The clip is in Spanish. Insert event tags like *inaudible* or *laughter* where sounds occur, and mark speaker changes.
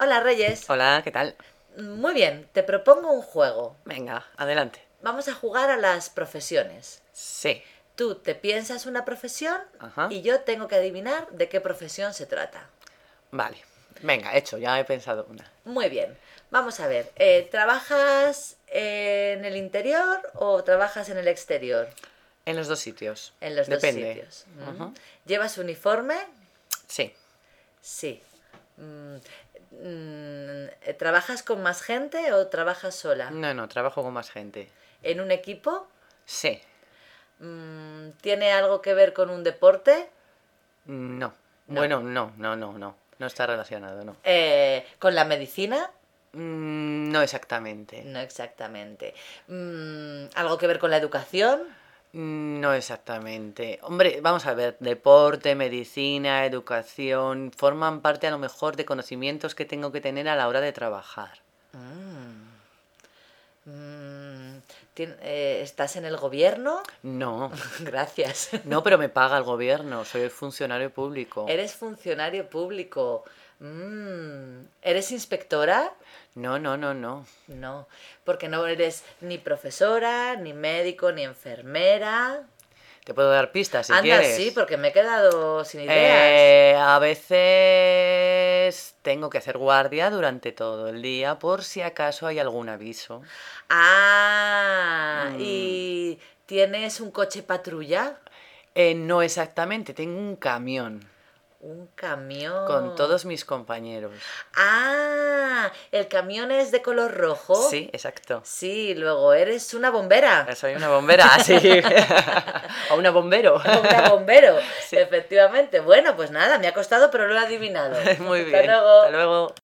Speaker 1: Hola Reyes.
Speaker 2: Hola, ¿qué tal?
Speaker 1: Muy bien, te propongo un juego.
Speaker 2: Venga, adelante.
Speaker 1: Vamos a jugar a las profesiones.
Speaker 2: Sí.
Speaker 1: Tú te piensas una profesión
Speaker 2: Ajá.
Speaker 1: y yo tengo que adivinar de qué profesión se trata.
Speaker 2: Vale. Venga, hecho, ya he pensado una.
Speaker 1: Muy bien, vamos a ver. eh, ¿Trabajas en el interior o trabajas en el exterior?
Speaker 2: En los dos sitios.
Speaker 1: En los
Speaker 2: Depende.
Speaker 1: dos sitios. Ujú.
Speaker 2: Ujú.
Speaker 1: ¿Llevas uniforme?
Speaker 2: Sí.
Speaker 1: Sí. Mm, mm, ¿Trabajas con más gente o trabajas sola?
Speaker 2: No, no, trabajo con más gente.
Speaker 1: ¿En un equipo?
Speaker 2: Sí.
Speaker 1: Mm, ¿Tiene algo que ver con un deporte?
Speaker 2: No. Bueno, no, no, no, no. No está relacionado, no.
Speaker 1: Eh, ¿Con la medicina?
Speaker 2: Mm, No exactamente.
Speaker 1: No exactamente. Mm, ¿Algo que ver con la educación?
Speaker 2: No exactamente. Hombre, vamos a ver, deporte, medicina, educación, forman parte a lo mejor de conocimientos que tengo que tener a la hora de trabajar.
Speaker 1: Mm, tien- eh, ¿Estás en el gobierno? *laughs*
Speaker 2: No.
Speaker 1: Gracias.
Speaker 2: No, pero me paga el gobierno, soy funcionario público.
Speaker 1: ¿Eres funcionario público? Mm, ¿Eres inspectora?
Speaker 2: No, no, no, no.
Speaker 1: No, porque no eres ni profesora, ni médico, ni enfermera.
Speaker 2: Te puedo dar pistas si
Speaker 1: Anda,
Speaker 2: quieres.
Speaker 1: sí, porque me he quedado sin ideas.
Speaker 2: Eh, a veces tengo que hacer guardia durante todo el día por si acaso hay algún aviso.
Speaker 1: Ah,
Speaker 2: Mm.
Speaker 1: ¿y tienes un coche patrulla?
Speaker 2: Eh, no exactamente, tengo un camión
Speaker 1: Un camión.
Speaker 2: con todos mis compañeros.
Speaker 1: Ah, el camión es de color rojo.
Speaker 2: Sí, exacto.
Speaker 1: Sí, luego eres una bombera.
Speaker 2: Soy una bombera, *laughs*
Speaker 1: *laughs*
Speaker 2: sí. o una bombero.
Speaker 1: Una bombero.
Speaker 2: Sí.
Speaker 1: Efectivamente. Bueno, pues nada, me ha costado, pero lo he adivinado.
Speaker 2: *laughs* *laughs* Muy bien.
Speaker 1: Hasta luego.
Speaker 2: Hasta luego.